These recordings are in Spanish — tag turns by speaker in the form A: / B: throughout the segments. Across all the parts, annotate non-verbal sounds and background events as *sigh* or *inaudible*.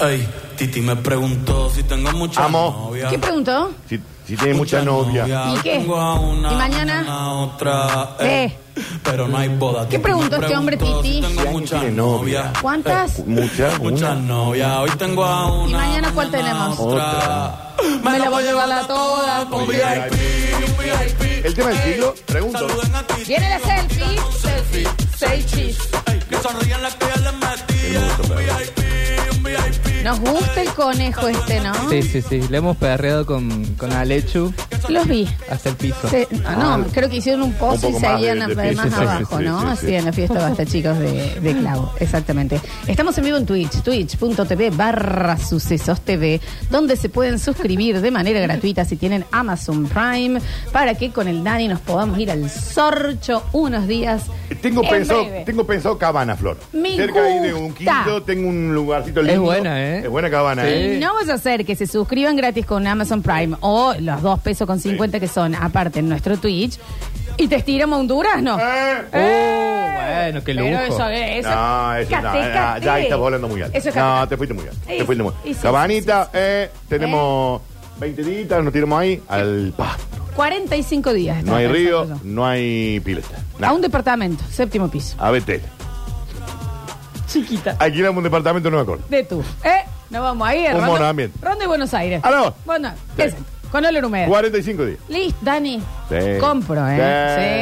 A: Ey, Titi me preguntó si tengo mucha
B: Amo.
A: novia.
C: ¿Qué preguntó?
B: Si, si tiene mucha novia.
C: ¿Y qué?
A: Ah, Tengo a una,
C: ¿Y mañana?
A: a otra. eh, Pero no hay boda.
C: ¿Qué
A: Titi me
C: preguntó este hombre,
A: preguntó
C: Titi?
A: Si tengo
B: ¿Quién
A: mucha
B: tiene novia?
A: novia.
C: ¿Cuántas?
B: Mucha,
A: Muchas
B: una.
A: novias, hoy tengo a una. oh.
C: ¿Y mañana cuál
A: mañana
C: tenemos?
A: Otra.
C: Me la voy a llevar a toda
A: con
C: con
A: VIP, un VIP.
B: ¿El tema del siglo? Pregunto.
A: Saluden a Titi.
C: Viene la selfie. Selfie. Seis chis.
A: Ey, Que sonrían las que ya les metí. Un VIP, un VIP.
C: Nos gusta el conejo este, ¿no?
D: Sí, sí, sí. Le hemos perreado con, con Alechu
C: Los vi.
D: hasta el piso.
C: Se- ah, no,
B: Ah.
C: creo que hicieron un
B: Un
C: post y
B: poco más
C: seguían
B: de- de
C: a-
B: pie,
C: más
B: sí, sí,
C: abajo,
B: sí,
C: ¿no?
B: sí, sí.
C: Así en la fiesta basta, chicos, de, de clavo. Exactamente. Estamos en vivo en Twitch, twitch.tv barra sucesos TV, donde se pueden suscribir de manera gratuita si tienen Amazon Prime, para que con el Dani nos podamos ir al sorcho unos días.
B: Eh, Tengo
C: en
B: pensado,
C: breve.
B: tengo pensado cabana, Flor.
C: Me
B: Cerca ahí de
C: gusta.
B: un quinto tengo un lugarcito lindo.
D: buena, ¿eh?
B: Es buena cabana,
D: Sí.
B: ¿eh?
C: Y no vas a hacer que se suscriban gratis con Amazon Prime o los dos pesos con 50 que son aparte en nuestro Twitch y te estiramos un durazno.
B: Eh.
D: Oh, bueno, qué
C: Pero
D: lujo.
C: eso es.
B: No, eso no,
C: Cate,
B: ya,
C: cate.
B: Ah, ya estás volando muy alto.
C: Eso es
B: no,
C: cate.
B: te fuiste muy alto.
C: Y
B: te fuiste muy
C: sí,
B: alto.
C: y sí,
B: Cabanita, eh, tenemos 20 días, nos tiramos ahí al pasto.
C: 45 días.
B: No
C: estaba
B: hay
C: pensando
B: río,
C: yo.
B: no hay pileta.
C: A
B: Nada.
C: un departamento, séptimo piso.
B: A vete.
C: Chiquita.
B: Aquí en un departamento, no me acuerdo.
C: De tú. ¿Eh? Nos vamos ahí.
B: Un
C: Ronda-
B: mono ambiente.
C: Ronda y Buenos Aires.
B: Aló.
C: Bueno,
B: Sí.
C: ese, con olor húmedo.
B: 45 días.
C: Listo, Dani.
B: Sí.
C: Compro, ¿eh?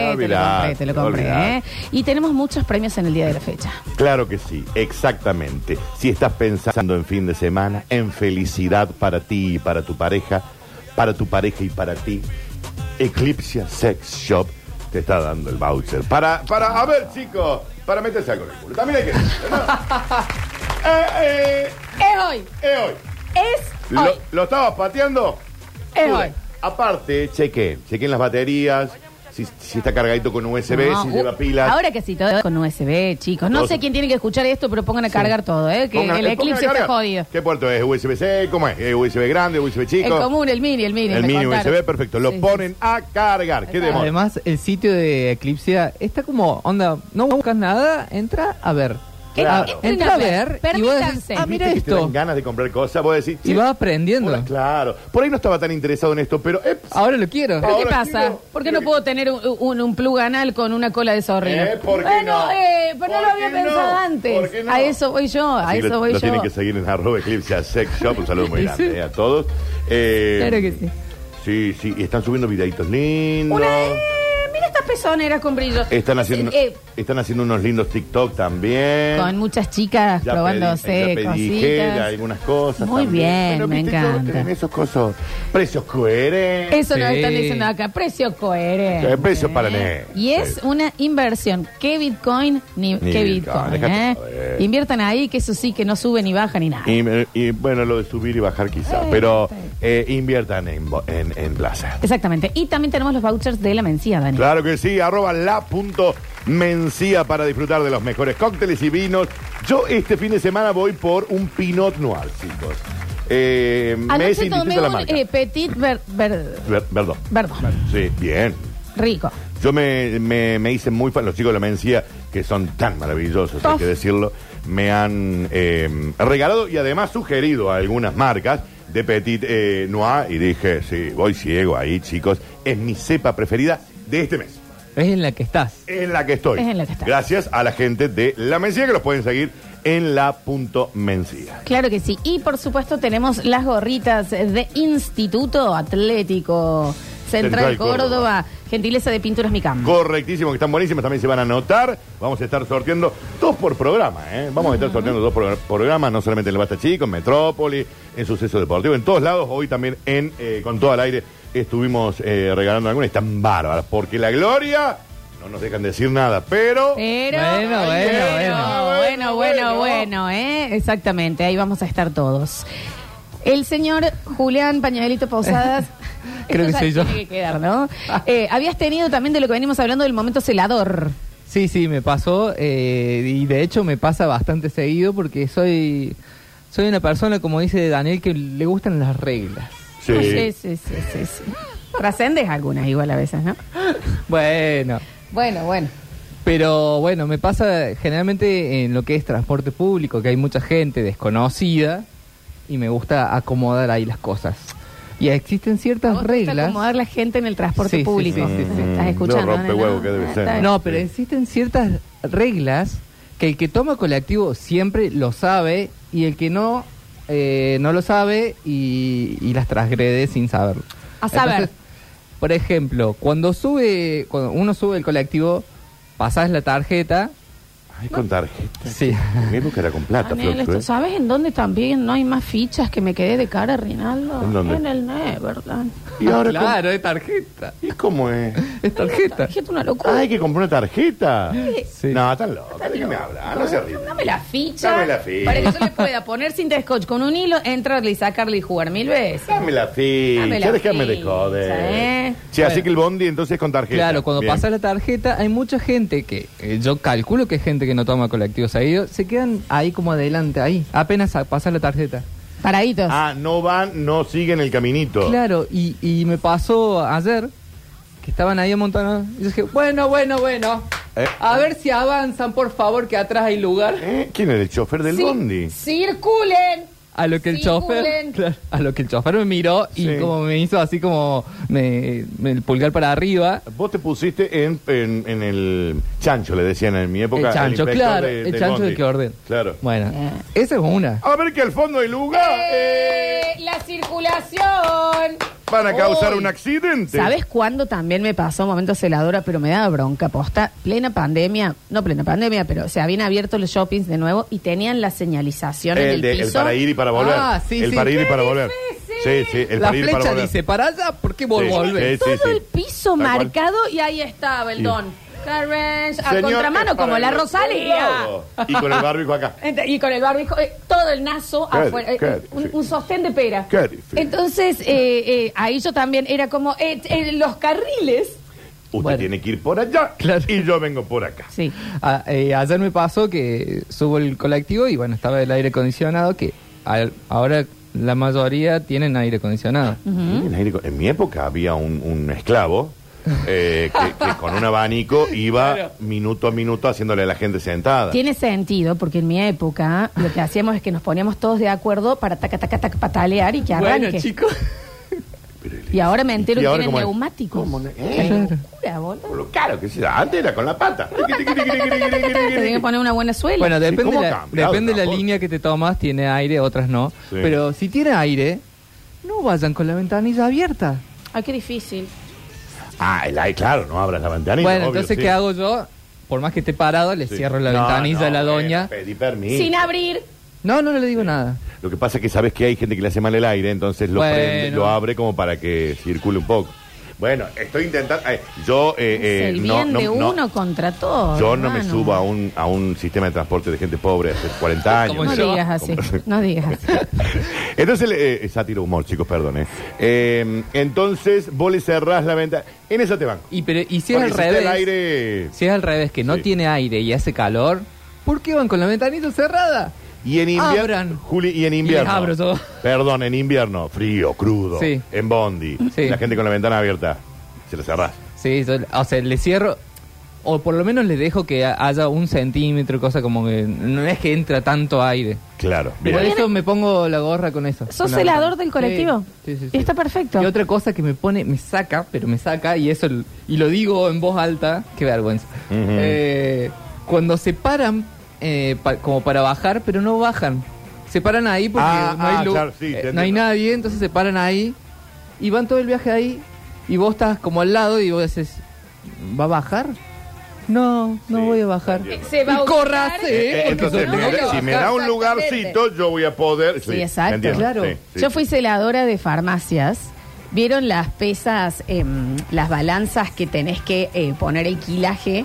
B: Sí,
C: Sí, te lo
B: olvidate,
C: compré, te lo compré.
B: olvidate.
C: ¿eh? Y tenemos muchos premios en el día de la fecha.
B: Claro que sí, exactamente. Si estás pensando en fin de semana, en felicidad para ti y para tu pareja, para tu pareja y para ti, Eclipse Sex Shop te está dando el voucher. Para, para, a ver, chicos, para meterse algo en el culo. También hay que. ¿no? Eh, eh,
C: Es hoy.
B: es hoy.
C: Es hoy.
B: Lo, lo estabas pateando.
C: Es
B: Pude.
C: hoy.
B: Aparte, chequen, chequen las baterías, si, si está cargadito con USB,
C: No,
B: si
C: uh,
B: lleva pilas.
C: Ahora que sí, todo con USB, chicos. No
B: Todo.
C: sé quién tiene que escuchar esto, pero pongan a cargar todo, ¿eh? Que
B: Pongan-
C: el
B: eh, pongan
C: eclipse
B: a
C: está
B: cargar.
C: jodido.
B: ¿Qué puerto es? ¿USB-C? ¿Cómo es? ¿Es ¿USB grande? ¿USB chico?
C: El común, el mini, el mini.
B: El
C: me
B: mini
C: contaron.
B: USB, perfecto. Lo
C: Sí, sí.
B: ponen a cargar. ¿Qué demonios?
D: Además, el sitio de Eclipse está como, onda, no buscas nada, entra a ver.
C: Que-
B: Claro.
C: entren
D: Entra a
C: a ver.
D: ver y vos decís,
C: Permítanse.
D: ah, mira
B: ¿Viste que Te
D: esto.
B: dan ganas de comprar cosas, vos decís.
D: Y
B: che,
D: vas aprendiendo.
B: hola, claro. Por ahí no estaba tan interesado en esto, pero. eps,
D: Ahora lo quiero.
C: ¿Pero qué
B: Ahora
C: pasa?
B: quiero-
C: ¿Por qué no puedo tener un, un- un plug anal con una cola de zorrino?
B: Eh, ¿por qué
C: bueno,
B: no?
C: eh, pero no lo
B: ¿Por
C: había
B: qué no?
C: pensado
B: ¿Por
C: antes.
B: qué no?
C: A eso voy yo, a
B: Sí,
C: eso
B: lo,
C: voy
B: lo
C: yo.
B: tienen que seguir en arroba eclipse a sex shop. Un saludo muy
D: Y
B: grande
D: sí.
B: eh, a todos. Eh,
D: Claro que sí.
B: Sí, sí. Y están subiendo videitos lindos.
C: Una, eh, mira estas pezoneras con brillo.
B: Están haciendo,
C: Eh,
B: están haciendo unos lindos TikTok también.
C: con muchas chicas
B: Ya
C: probándose
B: pedí- ya pedí gel,
C: cositas.
B: algunas cosas.
C: Muy
B: también.
C: bien,
B: Pero,
C: me
B: viste, todos
C: encanta.
B: tienen esos cosos, precios coherentes.
C: Eso nos
D: Sí.
C: están diciendo acá, precio coherente.
B: Eh, precio para nene.
C: Y es
B: Sí.
C: una inversión. ¿Qué Bitcoin ni,
B: Ni
C: qué
B: Bitcoin,
C: Bitcoin?
B: dejate
C: eh?
B: joder.
C: Inviertan ahí, que eso sí, que no sube ni baja ni nada.
B: Y, y, bueno, lo de subir y bajar quizás,
C: Eh,
B: pero
C: sí.
B: eh, inviertan en, bo- en, en placer.
C: Exactamente. Y también tenemos los vouchers de la mencía, Dani.
B: Claro que sí, arroba la punto mencía para disfrutar de los mejores cócteles y vinos. Yo este fin de semana voy por un Pinot Noir, chicos. Eh, me es
C: Anoche
B: indistinta
C: tomé
B: la
C: un
B: marca.
C: eh, petit ver- ver-
B: Ver- perdón.
C: perdón,
B: Sí, bien.
C: rico.
B: Yo me, me, me hice muy fan, los chicos de la Mencía, que son tan maravillosos, hay
C: Tof.
B: que decirlo, me han eh, regalado y además sugerido a algunas marcas de Petit eh, Noir y dije, sí, voy ciego ahí, chicos, es mi cepa preferida de este mes.
D: Es en la que estás.
B: Es en la que estoy.
C: Es en la que estás.
B: Gracias a la gente de La Mencía que los pueden seguir en la punto Mencía.
C: Claro que sí. Y por supuesto tenemos las gorritas de Instituto Atlético Central,
B: Central
C: Córdoba.
B: Córdoba.
C: Gentileza de Pinturas Micam.
B: Correctísimo, que están buenísimas, también se van a anotar. Vamos a estar sorteando dos por programa, ¿eh? Vamos a estar sorteando dos por programas, no solamente en el Basta Chico, en Metrópoli, en Suceso Deportivo, en todos lados. Hoy también en eh, Con Todo al Aire estuvimos eh, regalando algunas. Están bárbaras, porque la gloria no nos dejan decir nada, pero.
C: Pero,
D: Bueno, bueno,
C: Ah, bueno, bueno, bueno, bueno, ¿eh? Exactamente, ahí vamos a estar todos. El señor Julián Pañuelito Posadas.
D: Creo
C: Esto
D: que soy
C: ya
D: yo.
C: Tiene que quedar, ¿no? Eh, habías tenido también de lo que venimos hablando del momento celador.
D: Sí, sí, me pasó eh, y de hecho me pasa bastante seguido porque soy, soy una persona, como dice Daniel, que le gustan las reglas.
B: Sí.
C: Ah, sí, sí, sí, sí, sí. Trascendes algunas igual a veces, ¿no?
D: Bueno,
C: Bueno, bueno.
D: pero bueno, me pasa generalmente en lo que es transporte público, que hay mucha gente desconocida y me gusta acomodar ahí las cosas. Y existen
C: A
D: ciertas
C: vos te gusta
D: reglas.
C: acomodar la gente en el transporte
D: Sí, sí,
C: público.
D: sí, sí, sí.
C: Estás
B: Mm,
C: escuchando.
B: no rompe
C: nena?
B: huevo que debe
C: Ah,
B: ser,
C: está
D: No, pero existen ciertas reglas que el que toma colectivo siempre lo sabe y el que no, eh, no lo sabe y, y las transgrede sin saberlo.
C: A saber.
D: por ejemplo, cuando sube, cuando uno sube el colectivo, pasás la tarjeta.
B: Ay, con tarjeta.
D: Sí.
B: En mi época era con plata,
C: Anel,
B: Floxu,
C: esto-
B: ¿eh?
C: ¿Sabes en dónde también no hay más fichas que me quedé de cara, Rinaldo?
B: ¿En dónde?
C: el Neverland.
B: ¿Y ahora cómo-
D: claro, es tarjeta.
B: ¿Y cómo es?
D: Es tarjeta.
C: Tarjeta, una locura.
B: Ah, hay que comprar una tarjeta.
D: Sí.
B: No, están locos. ¿De qué Ah, me hablan? No se ríen.
C: Dame la ficha.
B: Dame la ficha.
C: Para que yo le pueda poner cinta de scotch con un hilo, entrarle y sacarle y jugar mil veces.
B: Dame la
C: Dame la
B: ficha, déjame de
C: ficha,
B: joder.
C: ¿eh?
B: Sí, así
D: Bueno.
B: que el bondi entonces con tarjeta.
D: Claro, cuando
B: Bien.
D: pasa la tarjeta, hay mucha gente que eh, yo calculo que es gente que no toma colectivos seguidos, se quedan ahí como adelante, ahí, apenas a- pasa la tarjeta.
C: Paraditos.
B: Ah, no van, no siguen el caminito.
D: Claro, y, y me pasó ayer que estaban ahí amontonados. Y yo dije, bueno, bueno, bueno,
B: Eh.
D: a ver si avanzan, por favor, que atrás hay lugar.
B: ¿Eh? ¿Quién era el chofer del
C: Sí,
B: bondi?
C: ¡Circulen!
D: A lo que el chofer,
C: Circulen.
D: claro, a lo que el chofer me *laughs* miró y
B: Sí.
D: como me hizo así como me- me- el pulgar para arriba.
B: Vos te pusiste en, en, en el chancho, le decían en mi época.
D: el
B: al
D: chancho,
B: inspector
D: claro,
B: de-
D: el
B: del
D: chancho
B: bondi.
D: del que orden.
B: Claro.
D: Bueno,
C: Bien.
D: esa es una.
B: A ver que al fondo hay lugar. eh,
C: Eh, ¡La circulación!
B: van a causar
C: Uy.
B: un accidente.
C: ¿Sabes cuándo también me pasó un momento celadora, pero me daba bronca? Posta, plena pandemia, no plena pandemia, pero se habían abierto los shoppings de nuevo y tenían la señalización en
B: El,
C: el
B: de- el
C: piso.
B: para ir y para volver.
D: Ah, sí,
B: el
D: sí.
B: para ir y
D: ¡Qué
B: para volver. Sí, sí, el
D: la
B: para ir y para
D: flecha
B: volver.
D: dice, para allá, ¿por qué vos
B: Sí,
D: volvés?
B: sí,
C: Todo
B: sí.
C: el piso
B: Tal cual.
C: marcado y ahí estaba el
B: Sí.
C: don.
D: *laughs*
C: Carrange, a
B: Señor,
C: contramano,
B: es para
C: como la
B: el
C: Rosalía.
B: otro lado. Y con el barbijo
D: *laughs*
B: acá.
C: *laughs* Ent- Y con el barbijo, eh, todo el nazo
B: Qué
C: afuera, eh,
B: difícil.
C: un, un sostén de pera.
B: Qué difícil.
C: Entonces, eh, eh, ahí yo también era como, eh, eh, los carriles.
B: Usted
D: Bueno.
B: tiene que ir por allá
D: Claro.
B: y yo vengo por acá.
C: Sí.
D: A- eh, ayer me pasó que subo el colectivo y bueno, estaba el aire acondicionado que al- ahora la mayoría tienen aire acondicionado.
B: En, aire co- en mi época había un, un esclavo eh, que, que con un abanico iba minuto a minuto haciéndole a la gente sentada.
C: Tiene sentido, porque en mi época lo que hacíamos es que nos poníamos todos de acuerdo para taca, taca, taca, patalear y que arranque.
D: chicos.
B: Pero el-
C: Y ahora me
B: ¿Y
C: entero que
B: ahora
C: tienen
B: cómo es?
C: neumáticos.
B: ¿Cómo no? ¿Eh?
C: Qué locura, boludo.
B: Por lo caro que sea, antes era con la pata.
C: Te tienen que poner una buena suela.
D: Bueno, depende,
B: ¿cómo
D: la,
B: ha cambiado
D: depende
B: el
D: la
B: transporte?
D: línea que te tomas, tiene aire, otras no.
B: Sí.
D: Pero si tiene aire, no vayan con la ventanilla abierta.
C: Ay, qué difícil.
B: Ah, el aire, claro, no abras la ventanilla.
D: bueno,
B: obvio,
D: entonces,
B: sí.
D: ¿qué hago yo? Por más que esté parado, le
B: Sí.
D: cierro la
B: No,
D: ventanilla
B: no,
D: a la
B: bueno,
D: doña.
B: pedí permiso.
C: Sin abrir.
D: No, no, le digo nada.
B: Lo que pasa es que sabes que hay gente que le hace mal el aire, entonces lo,
D: Bueno.
B: prende, lo abre como para que circule un poco. Bueno, estoy intentando. eh, yo eh, eh,
C: es el
B: no,
C: bien
B: no-
C: de
B: no-
C: uno contra todo.
B: yo no me
C: hermano.
B: subo a un, a un sistema de transporte de gente pobre hace 40 años.
D: Como
C: No
D: yo.
C: digas así. No digas así.
B: Entonces, eh, es sátiro humor, chicos, perdón. eh. Eh, entonces, vos le cerrás la ventana. En esa te van.
D: Y, pero, y si
B: Porque
D: es al
B: si está
D: revés.
B: el aire.
D: Si es al revés, que no
B: Sí.
D: tiene aire y hace calor, ¿por qué van con la ventanita cerrada?
B: Y en invierno.
D: Abran.
B: Juli, y en invierno.
D: Y les abro yo.
B: Perdón, en invierno. Frío, crudo.
D: Sí.
B: En bondi.
D: Sí.
B: La gente con la ventana abierta. Se la cerrás.
D: Sí, yo- o sea, le cierro, o por lo menos le dejo que ha- haya un centímetro, cosa como que no es que entra tanto aire.
B: Claro.
D: Por
B: Bien.
D: eso me pongo la gorra con eso.
C: ¿Sos
D: con la
C: celador
D: gorra.
C: del colectivo?
D: Sí, sí, sí,
C: Y
D: sí.
C: está perfecto.
D: Y otra cosa que me pone, me saca, pero me saca, y eso, l- y lo digo en voz alta, qué vergüenza.
B: Ujú.
D: Eh, cuando se paran, eh, pa- como para bajar, pero no bajan. Se paran ahí porque
B: Ah,
D: no, hay
B: ah,
D: lu-
B: claro, sí,
D: eh,
B: te
D: no hay
B: entiendo.
D: nadie, entonces se paran ahí, y van todo el viaje ahí, y vos estás como al lado, y vos dices, ¿va a bajar? No, no
B: Sí,
D: voy a bajar.
B: entiendo.
C: Se va a
D: Y
C: ocupar.
B: Eh,
D: córrase,
B: eh,
D: porque
B: entonces,
D: se
B: me-
D: tengo que
B: si me
D: bajar.
B: da un
C: Exactamente.
B: lugarcito, yo voy a poder.
C: Sí, exacto.
B: ¿me entiendes?
D: Claro.
B: Sí, sí.
C: Yo fui celadora de farmacias. ¿Vieron las pesas, em, las balanzas que tenés que eh, poner el quilaje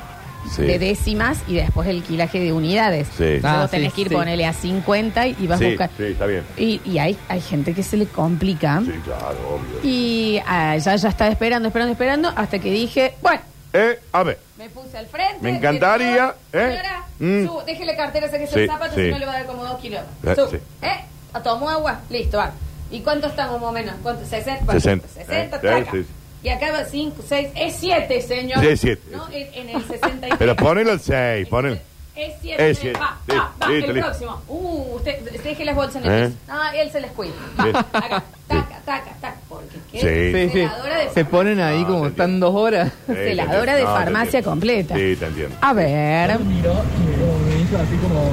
B: Sí.
C: de décimas y después el quilaje de unidades?
B: Sí.
C: Luego
D: Ah,
C: tenés
D: sí,
C: que ir
D: sí.
C: ponele a 50 y vas
B: Sí,
C: a buscar.
B: sí, está bien.
C: Y, y hay, hay gente que se le complica.
B: Sí, claro, obvio.
C: Y ah, ya, ya estaba esperando, esperando, esperando, hasta que dije, bueno,
B: Eh, a ver.
C: me puse al frente.
B: Me encantaría,
C: señora,
B: ¿eh?
C: señora,
B: Mm.
C: su- deje la cartera, saque
B: Sí,
C: el zapato,
B: sí.
C: si no le va a dar como dos kilos.
B: Eh,
C: Su-
B: sí.
C: ¿Eh? A tomo agua, listo, va. ¿Y cuánto estamos más o menos? ¿Cuánto? 60. Bueno,
B: 60,
C: 60,
B: eh,
C: traca.
B: sí, sí.
C: Y acá va 5, 6, es 7, señor.
B: Sí, es siete. *laughs*
C: No, en, en el 63.
B: Pero ponelo al 6, ponelo.
E: Es cierto.
B: Es
E: tiene-
B: cierto.
E: Va,
B: Sí,
E: va, va,
B: listo,
E: el
B: listo.
E: próximo. Uh, usted, usted deje las bolsas en el
B: ¿Eh?
E: piso. Ah, él se las cuida. Va,
B: Bien.
E: acá. Taca, taca, taca. Porque qué
B: Sí.
D: Sí, sí.
E: celadora de
D: Se ponen ahí
B: Ah,
D: como
B: te
D: están
B: entiendo.
D: dos horas.
B: Sí, te
C: Celadora
B: entiendo.
C: de
B: No, te
C: farmacia
B: entiendo.
C: completa.
B: Sí, te entiendo.
C: A ver.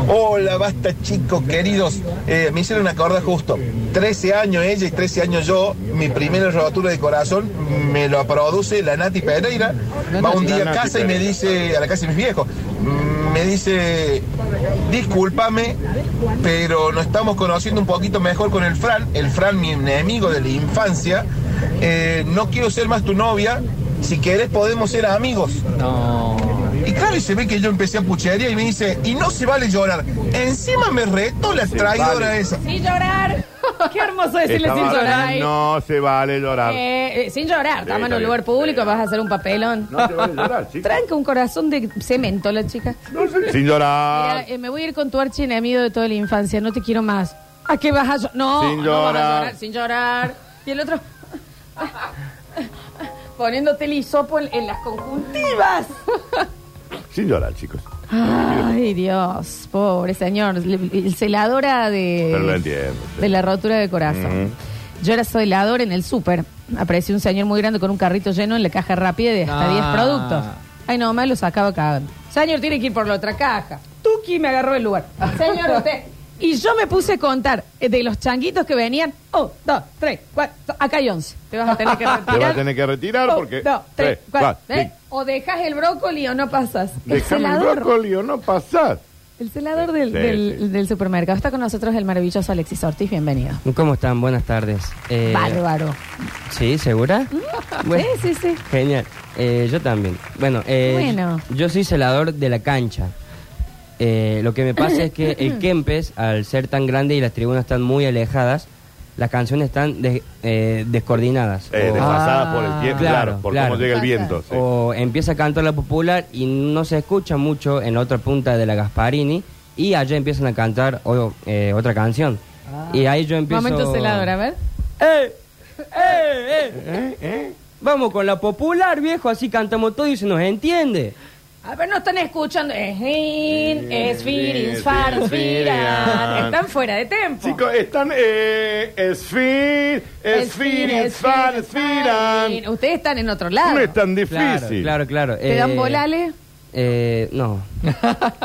F: Hola, basta chicos queridos. Eh, me hicieron acordar justo. 13 años ella y 13 años yo. Mi primera rotura de corazón me lo produce la Nati Pereira. Va un día
B: La
F: a
B: Nati
F: casa y me
B: Pereira.
F: dice, a la casa de mis viejos, mm, me dice, discúlpame, pero nos estamos conociendo un poquito mejor con el Fran. El Fran, mi enemigo de la infancia. Eh, no quiero ser más tu novia. Si querés podemos ser amigos.
D: No.
F: Y claro, y se ve que yo empecé a puchería y me dice, y no se vale llorar. Encima me reto la
B: se
F: traidora
B: vale.
F: esa.
E: Sin llorar.
C: Qué hermoso decirle sin
B: Estaba-
C: llorar.
B: No se vale llorar.
C: Eh, eh, sin llorar,
B: Sí,
C: estamos en
B: está
C: un lugar
B: bien.
C: público,
B: Sí.
C: vas a hacer un papelón.
B: No se vale llorar, chicos.
C: Tranca un corazón de cemento la chica.
B: Sin
C: Mira,
B: llorar.
C: eh, me voy a ir con tu archienemigo de toda la infancia, no te quiero más. ¿A qué vas a llorar? No,
B: Sin
C: no vas a
B: llorar.
C: sin llorar. Y el otro *laughs* poniéndote el hisopo en, en las conjuntivas. eh.
B: Sin llorar, chicos.
C: Ay, Dios, pobre señor, Le- el celadora de
B: Pero lo entiendo. sí.
C: de la rotura de corazón. Yo era celadora en el súper. Apareció un señor muy grande con un carrito lleno en la caja rápida de hasta
D: Ah.
C: 10 productos. Ay, no, más lo sacaba cagando. Señor, tiene que ir por la otra caja. Tuki me agarró el lugar. Señor, usted. Y yo me puse a contar eh, de los changuitos que venían. Un, dos, tres, cuatro. Acá hay once. Te vas a tener
B: *laughs*
C: que retirar.
B: Te vas a tener que retirar
C: Un,
B: porque.
C: Ah, Oh, dos, tres, cuatro. ¿eh?
B: cinco.
C: O dejas el brócoli o no pasas. El
B: Dejame el
C: celador.
B: brócoli o no pasás.
C: el celador del,
B: Sí,
C: del-
B: sí.
C: del supermercado. Está con nosotros el maravilloso Alexis Ortiz. Bienvenido.
G: ¿Cómo están? Buenas tardes. Eh,
C: Bárbaro. Mm,
G: ¿Sí? ¿Segura? Bueno,
C: Sí, sí, sí.
G: Genial. Eh, yo también. Bueno, eh,
C: Bueno.
G: yo soy celador de la cancha. Eh, lo que me pasa es que
C: *laughs*
G: el Kempes, al ser tan grande y las tribunas están muy alejadas, las canciones están des- eh, descoordinadas.
B: Eh,
G: O-
B: desfasada por el tiempo, claro,
G: Ah, Claro,
B: por
G: claro.
B: cómo llega el viento. sí.
G: o empieza a cantar la popular y no se escucha mucho en la otra punta de la Gasparini y allá empiezan a cantar o- eh, otra canción.
B: Ah.
G: Y ahí yo empiezo...
C: Ah. Momento celador, a ver.
G: ¡Eh! ¡Eh! ¡Eh!
B: ¿Eh? ¿Eh?
G: Vamos con la popular, viejo, así cantamos todo y se nos entiende.
C: A ver, no están escuchando. Es in, es firin, es far,
B: es firan.
C: firan. Están fuera de tiempo.
B: Chicos, están. Eh, esfir,
C: Es fin,
B: esfir,
C: es
B: esfar,
C: fin, es
B: esfiran.
C: fin. Ustedes están en otro lado.
B: No es tan
G: Claro,
B: difícil.
G: claro, claro.
C: ¿Te dan
G: Eh,
C: volales?
G: Eh,
C: *laughs*
G: no.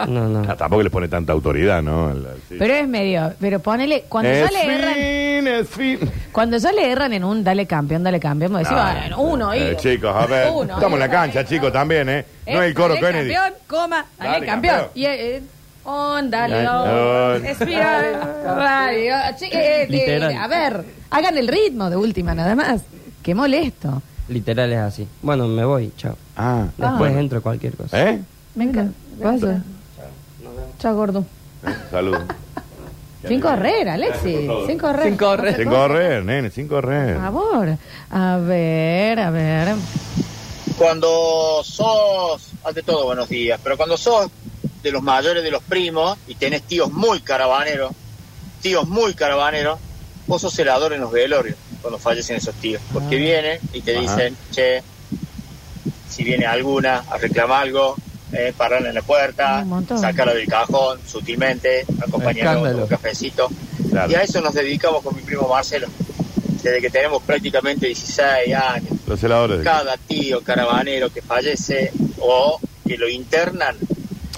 G: No, no.
B: Ah, tampoco le pone tanta autoridad, ¿no? Al- al- sí.
C: Pero es medio. Pero ponele. Cuando ya
B: Es
C: le erran.
B: fin, es fin.
C: Cuando ya le erran en un dale campeón, dale campeón, decimos,
B: No,
C: bueno, uno,
B: eh,
C: y
B: Chicos, a ver.
C: Uno,
B: Estamos en la
C: y-
B: cancha, chicos, también, ¿eh? No es el coro
C: dale
B: Kennedy.
C: campeón, coma, dale,
B: Dale
C: campeón.
B: campeón.
C: Y eh, eh, on, dale,
G: Dale,
C: on.
B: on.
C: Respira,
B: *laughs*
C: dale, oh, chi- eh, eh,
G: Literal.
C: A ver, hagan el ritmo de última nada más. Qué molesto.
G: Literal es así. Bueno, me voy, chao.
B: Ah,
G: Después
B: bueno.
G: entro cualquier cosa.
B: ¿Eh?
C: Me encanta. Vaya. Chao, gordo.
B: Salud.
C: Sin correr, Alexi. Sin correr.
D: Sin correr.
B: Sin correr, nene, sin correr.
C: Por favor. A ver, a ver.
H: cuando sos, ante todo buenos días, pero cuando sos de los mayores de los primos y tenés tíos muy caravaneros, tíos muy caravaneros, vos sos celador en los velorios cuando fallecen esos tíos, porque vienen y te
B: Ajá.
H: dicen, che, si viene alguna a reclamar algo, eh, pararla en la puerta,
C: Un montón.
H: sacarla del cajón sutilmente, acompañarla con
D: Escándalo.
H: un cafecito.
B: Claro.
H: Y a eso nos dedicamos con mi primo Marcelo, desde que tenemos prácticamente 16 años
B: Los heladores. de-
H: cada tío caravanero que fallece o que lo internan,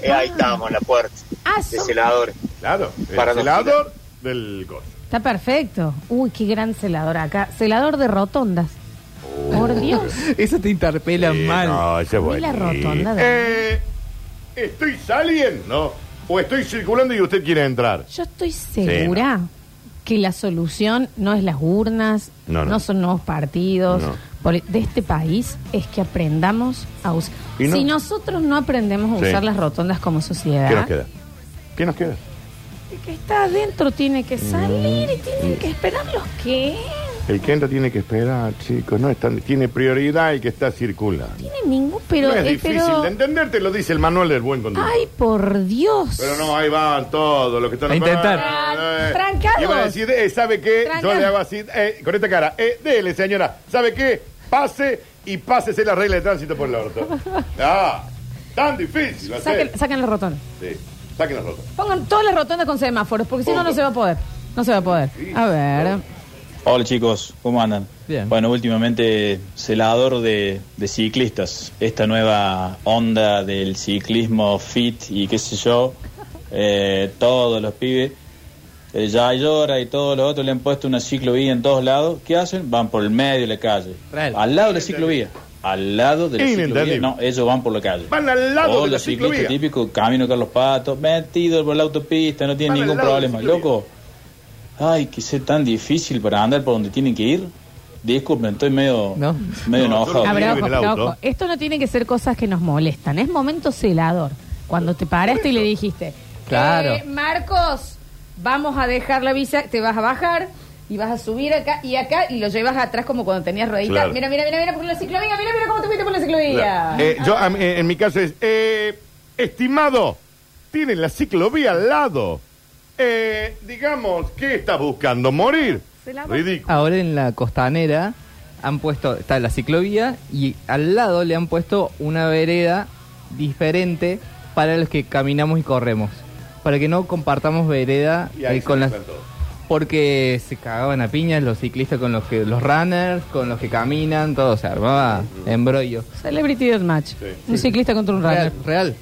H: eh, ahí estamos en la puerta
C: Ah,
H: de
C: son-
H: celador.
B: Claro,
H: Para
B: el
H: los
B: helador del coso.
C: Está perfecto. Uy, qué gran celador acá. Celador de rotondas. Por Dios.
D: Eso te interpela
B: Sí,
D: mal.
B: No, ese es
C: Ni
B: bueno.
C: la rotonda de-
B: Eh, estoy saliendo o estoy circulando y usted quiere entrar.
C: Yo estoy segura que la solución no es las urnas, no,
B: No, no.
C: son nuevos partidos.
B: No.
C: poli- De este país es que aprendamos a usar.
B: Y no.
C: Si nosotros no aprendemos a
B: Sí.
C: usar las rotondas como
B: ¿Qué nos
C: sociedad,
B: queda? ¿Qué nos queda?
C: el que está adentro tiene que
B: Mm.
C: salir y tienen que esperar los que.
B: El que entra tiene que esperar, chicos. No es tan- tiene prioridad el que está circulando.
C: Tiene ningún. Pero.
B: no es
C: eh,
B: difícil
C: pero-
B: de entender, te lo dice el manual del buen conductor.
C: Ay, por Dios.
B: Pero no, ahí van todos los que están...
D: A intentar.
B: Eh, eh.
C: Trancados.
B: Y van a decir, eh, ¿sabe qué?
C: Trancados.
B: Yo le hago así, eh, con esta cara. Eh, dele,
C: *laughs*
B: señora. ¿Sabe qué? Pase y pásese la regla de tránsito por el orto. Ah, Tan difícil hacer.
C: Saquen, saquen los rotondas.
B: Sí, saquen la ropa.
C: Pongan todas las rotondas con semáforos, porque si no, no se va a poder. No se va a poder. A ver.
I: Hola chicos, ¿cómo andan?
D: Bien.
I: Bueno, últimamente celador de, de ciclistas, esta nueva onda del ciclismo fit y qué sé yo, eh, todos los pibes, eh, ya llora y todos los otros le han puesto una ciclovía en todos lados, ¿qué hacen? Van por el medio de la calle,
D: Traelo.
I: al lado de la ciclovía, al lado de la
B: Inentendible.
I: ciclovía, no, ellos van por la calle.
B: Van al lado
I: O
B: de la
I: los ciclistas
B: ciclovía.
I: típicos, camino Carlos Pato, metido por la autopista, no tiene
B: Van al
I: ningún
B: lado de la
I: problema,
B: ciclovía.
I: loco. Ay, que sea tan difícil para andar por donde tienen que ir. Disculpen, estoy medio,
D: No.
I: medio
B: No,
I: enojado.
B: yo
C: A ver,
B: viene
C: ojo,
B: en el
C: pero
B: auto.
C: ojo. Esto no tiene que ser cosas que nos molestan. Es momento celador. Cuando te paraste y le dijiste,
D: Claro.
E: Eh, Marcos, vamos a dejar la visa, te vas a bajar y vas a subir acá y acá y lo llevas atrás como cuando tenías ruedita.
B: Claro.
E: Mira, mira, mira, mira por la ciclovía, mira, mira cómo te fuiste por la ciclovía.
B: Eh, yo, a mí, eh, en mi caso es, eh, estimado, tienen la ciclovía al lado. Eh, digamos, ¿qué estás buscando? ¿Morir?
C: Celador.
B: Ridículo.
D: Ahora en la costanera han puesto, está la ciclovía y al lado le han puesto una vereda diferente para los que caminamos y corremos. Para que no compartamos vereda
B: Y ahí
D: eh,
B: se
D: con las...
B: mezclan todos.
D: Porque se cagaban a piñas los ciclistas con los que los runners, con los que caminan, todo se armaba embrollo.
C: Celebrity Deathmatch.
B: Sí.
C: Un ciclista contra un runner.
D: Real, real.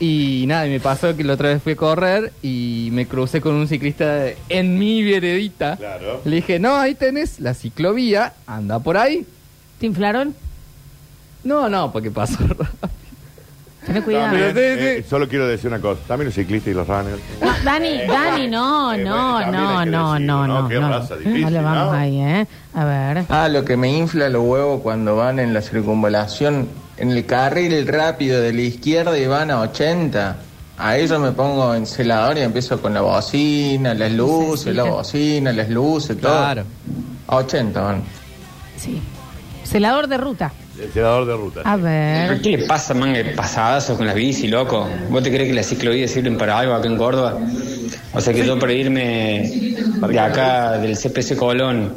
D: Y nada, y me pasó que la otra vez fui a correr y me crucé con un ciclista en mi veredita.
B: Claro.
D: Le dije, no, ahí tenés la ciclovía, anda por ahí.
C: ¿Te inflaron?
D: No, no, porque pasó *laughs* rápido.
C: Tené cuidado.
B: También,
D: Pero sí,
B: eh,
D: sí.
B: solo quiero decir una cosa. También los ciclistas y los runners.
C: No, Dani, Dani, no,
B: Eh,
C: no,
B: bueno, también
C: Ah, no,
B: hay que
C: no,
B: decirlo,
C: no,
B: ¿no?
C: no.
B: Qué
C: no.
B: raza difícil,
C: No le
B: ¿no?
C: vamos ahí, ¿eh? A ver.
J: Ah, lo que me infla los huevos cuando van en la circunvalación, en el carril rápido de la izquierda y van a 80. Ahí yo me pongo en celador y empiezo con la bocina, las luces, la bocina, las luces, todo.
D: Claro.
J: A 80 van.
C: Sí. Celador de ruta.
B: El celador de ruta.
C: A ver.
K: ¿Qué le pasa, manga de pasadazo con las bici, loco? ¿Vos te crees que las ciclovías sirven para algo acá en Córdoba? O sea que yo para irme de acá, del CPC Colón,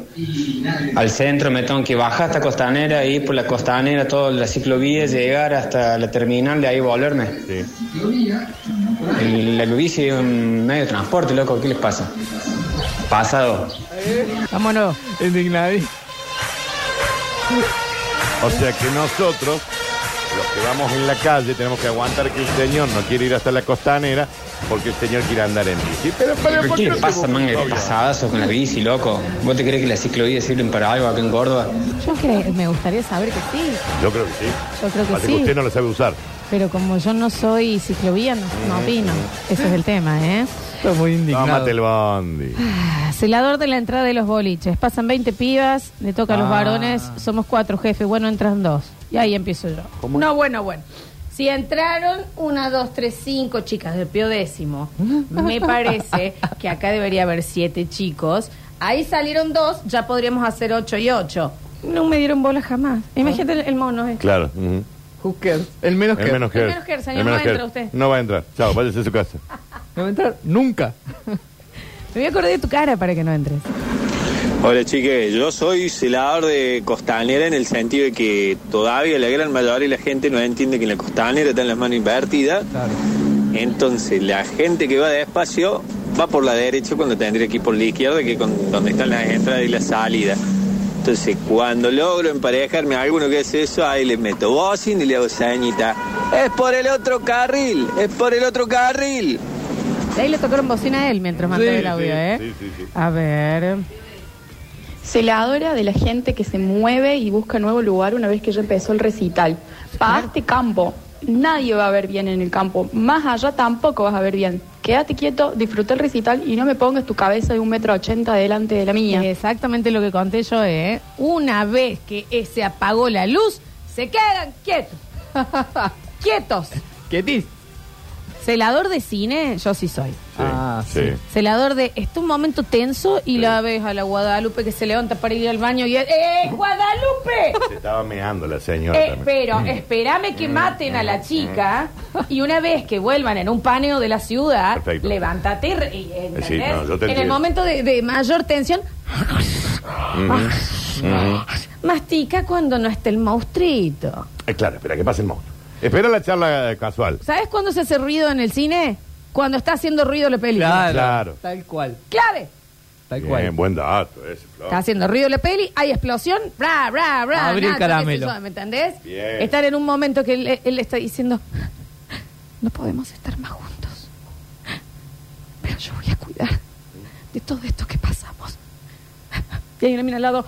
K: al centro, me tengo que bajar hasta Costanera, ir por la Costanera, toda la ciclovía, llegar hasta la terminal, de ahí volverme.
B: Sí.
K: El- La bici es un medio de transporte, loco, ¿qué les pasa? Pasado.
C: Vámonos.
D: Indignadí.
B: O sea que nosotros, los que vamos en la calle, tenemos que aguantar que el señor no quiere ir hasta la costanera porque el señor quiere andar en bici. Pero, pero, ¿por
K: ¿Qué
B: qué no
K: le
B: te
K: pasa,
B: buscas
K: manga de
B: novio?
K: pasadazo con las bici, loco? ¿Vos te crees que las ciclovías sirven para algo acá en Córdoba?
C: Yo creo, me gustaría saber que sí.
B: Yo creo que sí.
C: Yo creo que
B: Así
C: sí.
B: que usted no lo sabe usar.
C: Pero como yo no soy ciclovía, no, no opino. Ese es el tema, ¿eh?
D: Estoy muy indignado.
B: Tómate el bondi.
C: Ah, Celador de la entrada de los boliches. Pasan 20 pibas, le toca a los
D: Ah.
C: varones. Somos cuatro, jefe. Bueno, entran dos. Y ahí empiezo yo.
E: No, bueno, bueno. Si entraron una, dos, tres, cinco chicas del pio décimo, me parece que acá debería haber siete chicos. Ahí salieron dos, ya podríamos hacer ocho y ocho.
C: No me dieron bola jamás. Imagínate el- el mono. este.
B: Claro. ujú.
D: Who cares? El menos
B: El
D: que.
B: menos que.
E: El menos que, señor,
B: el menos
E: no
B: que-
E: entra usted.
B: No va a entrar. Chao, váyase a su casa.
D: No va a entrar nunca.
C: Me voy a acordar de tu cara para que no entres.
I: Hola chiques, yo soy celador de costanera en el sentido de que todavía la gran mayoría de la gente no entiende que en la costanera están las manos invertidas.
D: Claro.
I: Entonces la gente que va despacio va por la derecha cuando tendría que ir por la izquierda, que con donde están las entradas y las salidas. Entonces cuando logro emparejarme a alguno que hace eso, ahí le meto bocina y le hago señita. Es por el otro carril, es por el otro carril.
C: De ahí le tocaron bocina a él mientras mandaba el audio,
B: sí,
C: ¿eh?
B: sí, sí, sí.
C: A ver.
L: Celadora de la gente que se mueve y busca nuevo lugar una vez que ya empezó el recital. Para este campo, nadie va a ver bien en el campo. Más allá tampoco vas a ver bien. Quédate quieto, disfruta el recital y no me pongas tu cabeza de un metro ochenta delante de la mía.
C: Exactamente lo que conté yo, ¿eh? Una vez que se apagó la luz, se quedan quietos. *laughs* quietos.
D: Quietis.
C: Celador de cine, yo sí soy.
D: Ah, sí.
C: Celador de, está un momento tenso y la ves a la Guadalupe que se levanta para ir al baño y es, ¡Eh, Guadalupe!
B: Se estaba meando la señora Mm,
E: Eh,
B: también.
E: pero espérame que maten a la chica y una vez que vuelvan en un paneo de la ciudad,
B: Perfecto.
E: levántate. y re- y, ¿entendés?
B: Sí, no, yo te
E: en el
B: entiendo.
E: momento de, de mayor tensión,
B: Ujú. Eh, claro, espera, que pase el monstruo. Espera la charla casual.
C: ¿Sabes cuándo se hace ruido en el cine? Cuando está haciendo ruido la peli.
D: Claro,
B: Claro.
D: Tal cual.
C: ¡Clave!
D: Tal
B: Bien,
D: cual.
B: buen dato ese, Flor.
C: Está haciendo ruido la peli, hay explosión, bra, bra, bra.
D: Abrir
C: nada,
D: caramelo.
C: eso, ¿Me entendés?
B: Bien.
C: Estar en un momento que él, él está diciendo, no podemos estar más juntos, pero yo voy a cuidar de todo esto que pasamos. Y hay una mina al lado.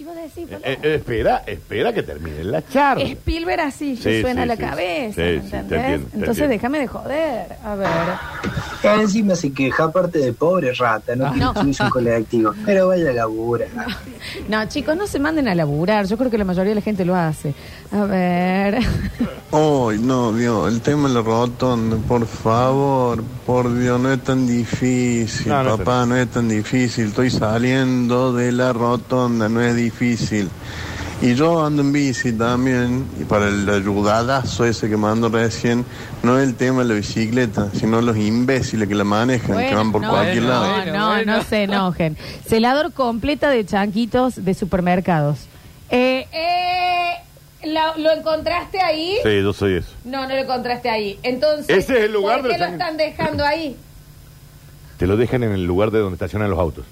C: Y vos decís,
B: Eh,
C: boludo,
B: eh, espera, espera que termine la charla.
E: Eh.
C: Spielberg así,
B: Sí,
C: le suena
B: sí,
C: la
B: sí,
C: cabeza,
B: sí, sí, te
C: ¿me entendés?
B: entiendo, te
C: Entonces
B: entiendo.
C: déjame de joder. A ver.
M: Ah, encima se queja, aparte de pobre rata, no,
C: No.
M: tiene un colectivo. Pero vaya a labura.
C: No, chicos, no se manden a laburar. Yo creo que la mayoría de la gente lo hace. A ver.
N: Ay, no, Dios, el tema de la rotonda, por favor, por Dios, no es tan difícil,
B: No, no es
N: papá, no es tan difícil, estoy saliendo de la rotonda, no es difícil. Y yo ando en bici también, y para el ayudadazo ese que mando recién, no es el tema de la bicicleta, sino los imbéciles que la manejan, que van por
C: no,
N: cualquier
C: no,
N: lado.
C: No, no, no se enojen. Celador completa de chanquitos de supermercados. Eh, eh, ¿la- ¿Lo encontraste ahí?
B: Sí, yo soy eso.
C: No, no lo encontraste ahí. Entonces,
B: Ese es el lugar
C: ¿por
B: de
C: qué lo
B: los
C: están dejando
B: *laughs*
C: ahí?
B: Te lo dejan en el lugar de donde estacionan los autos.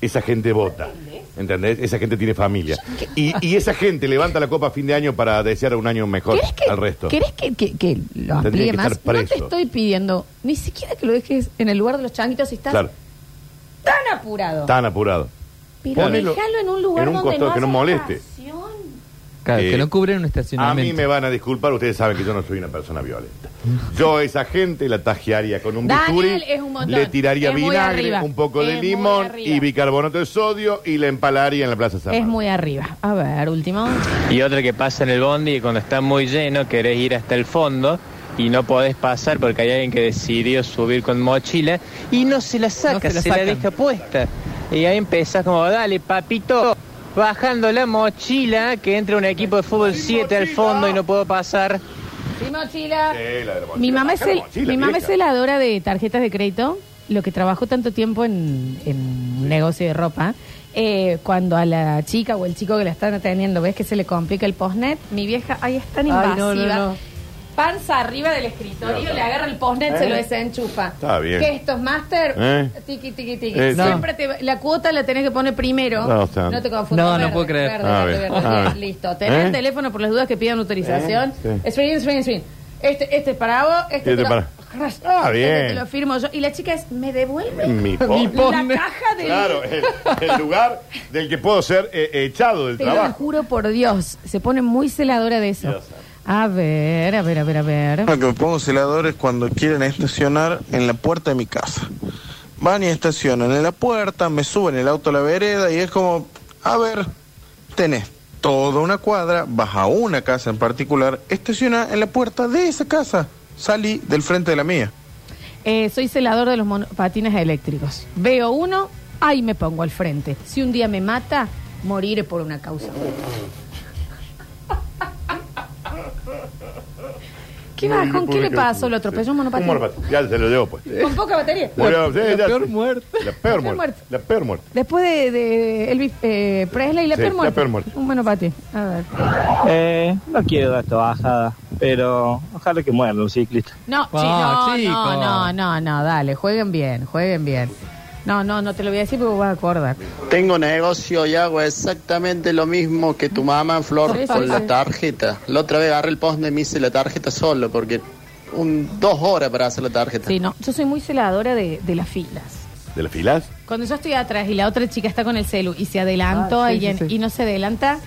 B: Esa gente vota. ¿Entendés? Esa gente tiene familia. Y, y esa gente levanta la copa a fin de año para desear un año mejor
C: ¿Querés que,
B: al resto.
C: ¿Querés que, que- que
B: Tendría
C: lo amplíe
B: que
C: más?
B: estar
C: No te
B: preso.
C: estoy pidiendo ni siquiera que lo dejes en el lugar de los changuitos si estás
B: Claro,
C: tan apurado.
B: tan apurado.
C: Pero
B: Ponelo
C: déjalo en un lugar
B: en un
C: donde
B: costado
C: no
B: que no
C: haya
B: moleste.
C: estación.
D: Claro,
B: Eh,
D: que no cubren un
B: A
D: estacionamiento.
B: mí me van a disculpar, ustedes saben que yo no soy una persona violenta. Yo a esa gente la tajearía con un
C: Daniel,
B: bisturí,
C: es un montón.
B: le tiraría
C: Es muy
B: vinagre,
C: arriba.
B: un poco
C: Es
B: de
C: muy
B: limón
C: arriba.
B: y bicarbonato de sodio y la empalaría en la Plaza San
C: Es
B: Marcos.
C: muy arriba. A ver, último.
O: Y otra que pasa en el bondi y cuando está muy lleno querés ir hasta el fondo y no podés pasar porque hay alguien que decidió subir con mochila y no se la saca,
D: se la
O: se, la
D: sacan.
O: deja puesta. Y ahí empezás como, dale papito, bajando la mochila que entra un equipo de fútbol 7 al fondo y no puedo pasar.
C: Mi mochila.
B: Sí, la de la mochila.
C: Mi mamá, es,
B: Baja la
C: el-
B: mochila,
C: mi mamá es
B: vieja.
C: heladora de tarjetas de crédito, lo que trabajó tanto tiempo en, en un negocio de ropa. eh, cuando a la chica o el chico que la están atendiendo ves que se le complica el postnet, mi vieja, ahí es tan invasiva.
D: no, no, no.
C: Panza arriba del escritorio,
B: Claro.
C: le agarra el postnet,
B: Eh.
C: se lo desenchufa.
B: Está bien.
C: Que estos master,
B: Eh.
C: tiki, tiki, tiki.
B: Eh,
C: Siempre te- la cuota la tenés que poner primero.
B: No, está.
C: No te confundas.
D: No, no
C: verde,
D: puedo creer.
C: verde,
B: A
C: verde,
B: ver,
C: verde,
B: a ver.
C: Listo. Tenés el
B: Eh.
C: teléfono por las dudas que pidan autorización.
B: Eh, sí.
C: Swing, swing, swing. Este, este es para vos, este,
B: Este
C: te lo-
B: para- Ah,
C: Este
B: bien.
C: te lo firmo yo. Y la chica es, ¿me devuelve?
B: Mi
D: *laughs* Mi
B: po-
D: postnet.
C: La caja de...
B: Claro, el, el lugar del que puedo ser eh, echado del
C: Te lo
B: trabajo.
C: juro por Dios. Se pone muy celadora de eso.
B: Dios santo.
C: A ver, a ver, a ver, a ver.
N: Lo que me pongo celador es cuando quieren estacionar en la puerta de mi casa. Van y estacionan en la puerta, me suben el auto a la vereda y es como, a ver, tenés toda una cuadra, vas a una casa en particular, estaciona en la puerta de esa casa, salí del frente de la mía.
C: Eh, soy celador de los mono- patines eléctricos. Veo uno, ahí me pongo al frente. Si un día me mata, moriré por una causa. ¿Qué
B: Muy
C: bajón?
B: bien,
C: ¿Qué le
B: público.
C: pasó? ¿Lo atropelló un
B: Un
C: monopatín?
B: monopatín. Ya se lo llevo, pues.
C: Con poca batería.
B: Murió, sí,
D: la
B: ya-
D: peor muerte.
B: La peor muerte. La peor muerte.
C: Después de, de Elvis eh, Presley, la
B: Sí,
C: peor
B: la
C: muerte.
B: peor muerte.
C: Un monopatín. A ver.
P: Eh, no quiero dar esta bajada, pero ojalá que muera un ciclista.
C: No, sí,
D: Ah,
C: no,
D: chico.
C: no, no, no, no, dale, jueguen bien, jueguen bien. No, no, no te lo voy a decir porque vos vas a acordar.
Q: Tengo negocio y hago exactamente lo mismo que tu mamá, Flor,
C: Sí, sí,
Q: con la
C: sí.
Q: tarjeta. La otra vez agarré el post de me hice la tarjeta solo, porque un, dos horas para hacer la tarjeta.
C: Sí, no, yo soy muy celadora de, de las filas.
B: ¿De las filas?
C: Cuando yo estoy atrás y la otra chica está con el celu y se adelantó
D: Ah, sí,
C: alguien
D: sí, sí.
C: y no se adelanta,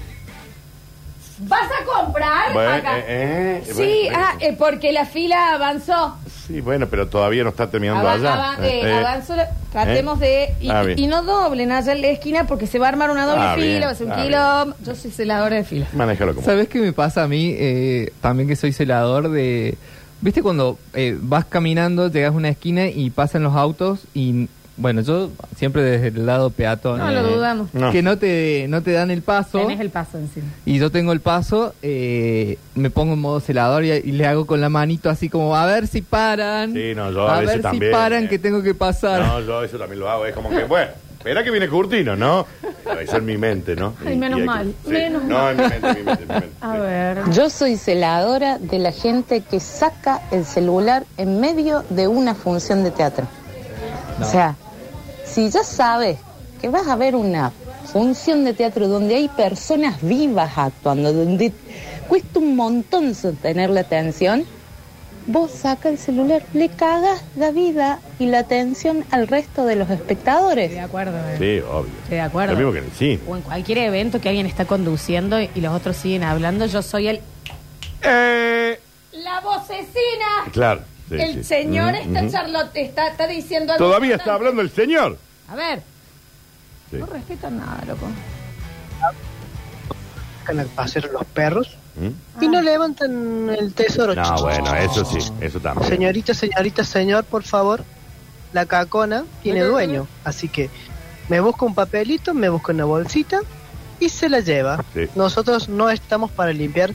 C: ¿vas a comprar?
B: Bueno,
C: acá?
B: eh, eh,
C: sí,
B: bueno, bueno.
C: ah, eh, porque la fila avanzó.
B: Sí, bueno, pero todavía no está terminando
C: Ava-
B: allá.
C: ava- eh,
B: Eh, eh,
C: avanzó la- tratemos
B: eh.
C: de. Y,
B: Ah, bien.
C: y no doblen allá en la esquina porque se va a armar una doble
B: Ah,
C: fila,
B: bien,
C: va a ser un
B: ah,
C: kilo. Yo soy celadora de fila.
B: Manéjalo como.
D: ¿Sabes qué me pasa a mí? Eh, también que soy celador de... ¿Viste cuando eh, vas caminando, llegas a una esquina y pasan los autos y... Bueno, yo siempre desde el lado peatón. eh,
C: No lo dudamos.
B: No.
D: Que no te, no te dan el paso.
C: Tenés el paso encima.
D: Y yo tengo el paso, eh, me pongo en modo celador y, y le hago con la manito así como a ver si paran.
B: Sí, no, yo a
D: a
B: veces
D: ver si
B: también,
D: paran
B: eh.
D: que tengo que pasar.
B: No, yo eso también lo hago. Es como que, bueno, Espera que viene Curtino, ¿no? Eso en mi mente, ¿no?
C: Ay, menos
B: Y- y- *laughs*
C: mal,
B: sí.
C: menos
B: no,
C: mal.
B: en mi mente, en mi mente, en mi mente.
C: A ver.
Q: Yo soy celadora de la gente que saca el celular en medio de una función de teatro. O sea, si ya sabes que vas a ver una función de teatro donde hay personas vivas actuando, donde cuesta un montón sostener la atención, vos saca el celular, le cagas la vida y la atención al resto de los espectadores.
C: De acuerdo. eh.
B: Sí, obvio.
C: Estoy de acuerdo.
B: Lo mismo que en el cine.
C: O en cualquier evento que alguien está conduciendo y los otros siguen hablando, yo soy el... La vocecina.
B: Eh, Claro. sí,
C: el
B: sí.
C: señor
B: Mm,
C: está,
B: mm.
C: charlo- está, está diciendo algo.
B: Todavía está hablando el señor.
C: A ver.
B: Sí.
C: No respetan nada, Ah, loco.
M: Sacan al paseo los perros
B: ¿Mm?
M: y no levantan el tesoro.
B: No, bueno, eh. eso sí, eso también.
M: Señorita, señorita, señor, por favor, la cacona tiene dueño. Así que me busca un papelito, me busca una bolsita y se la lleva.
B: Sí.
M: Nosotros no estamos para limpiar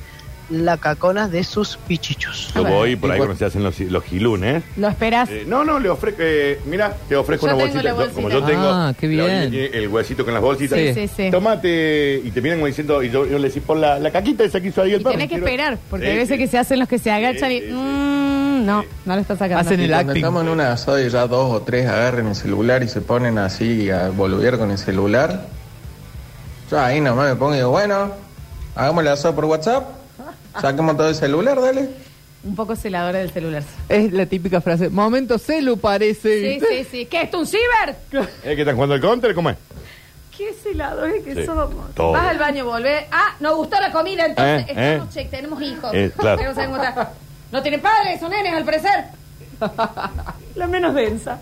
M: la cacona de sus pichichos.
B: Yo voy por ahí cuando se hacen los, los gilunes.
C: ¿Lo esperás?
B: Eh, no, no, le ofrezco. eh, mira, te ofrezco
C: Yo
B: una
C: tengo
B: bolsita.
C: la
B: Yo-
C: bolsita.
B: Como yo tengo
D: Ah, qué
B: la
D: bien.
B: orilla, el huesito con las bolsitas.
C: Sí, sí, sí.
B: Tómate. Y te miran como diciendo. Y yo, yo le decís, por la, la caquita esa que hizo ahí el
C: Y
B: perro.
C: tenés que
B: Quiero-
C: esperar, porque
B: Sí,
C: hay veces
B: sí.
C: que se hacen los que se agachan y... mm, no, no lo está sacando.
J: Y cuando estamos en una asado y ya dos o tres agarren el celular y se ponen así a boludear con el celular. Yo ahí nomás me pongo y digo, bueno, hagamos el asado por WhatsApp, saquemos todo el celular, dale.
C: Un poco celadora del celular.
D: Es la típica frase, momento celu parece.
C: Sí, sí, sí. ¿Qué es un ciber?
B: ¿Eh, que están jugando al counter? ¿Cómo es?
C: ¿Qué celadores que
B: Sí,
C: somos?
B: todo.
C: Vas al baño, volvés. Ah, nos gustó la comida, entonces
B: Eh,
C: estamos check, tenemos hijos.
B: Eh, claro.
C: Pero no saben cómo está. No tienen padres, son nenes
B: *laughs*
C: al parecer. La menos densa.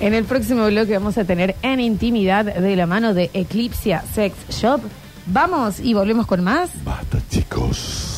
C: En el próximo bloque vamos a tener en intimidad de la mano de Eclipsia Sex Shop. Vamos y volvemos con más.
B: Basta, chicos.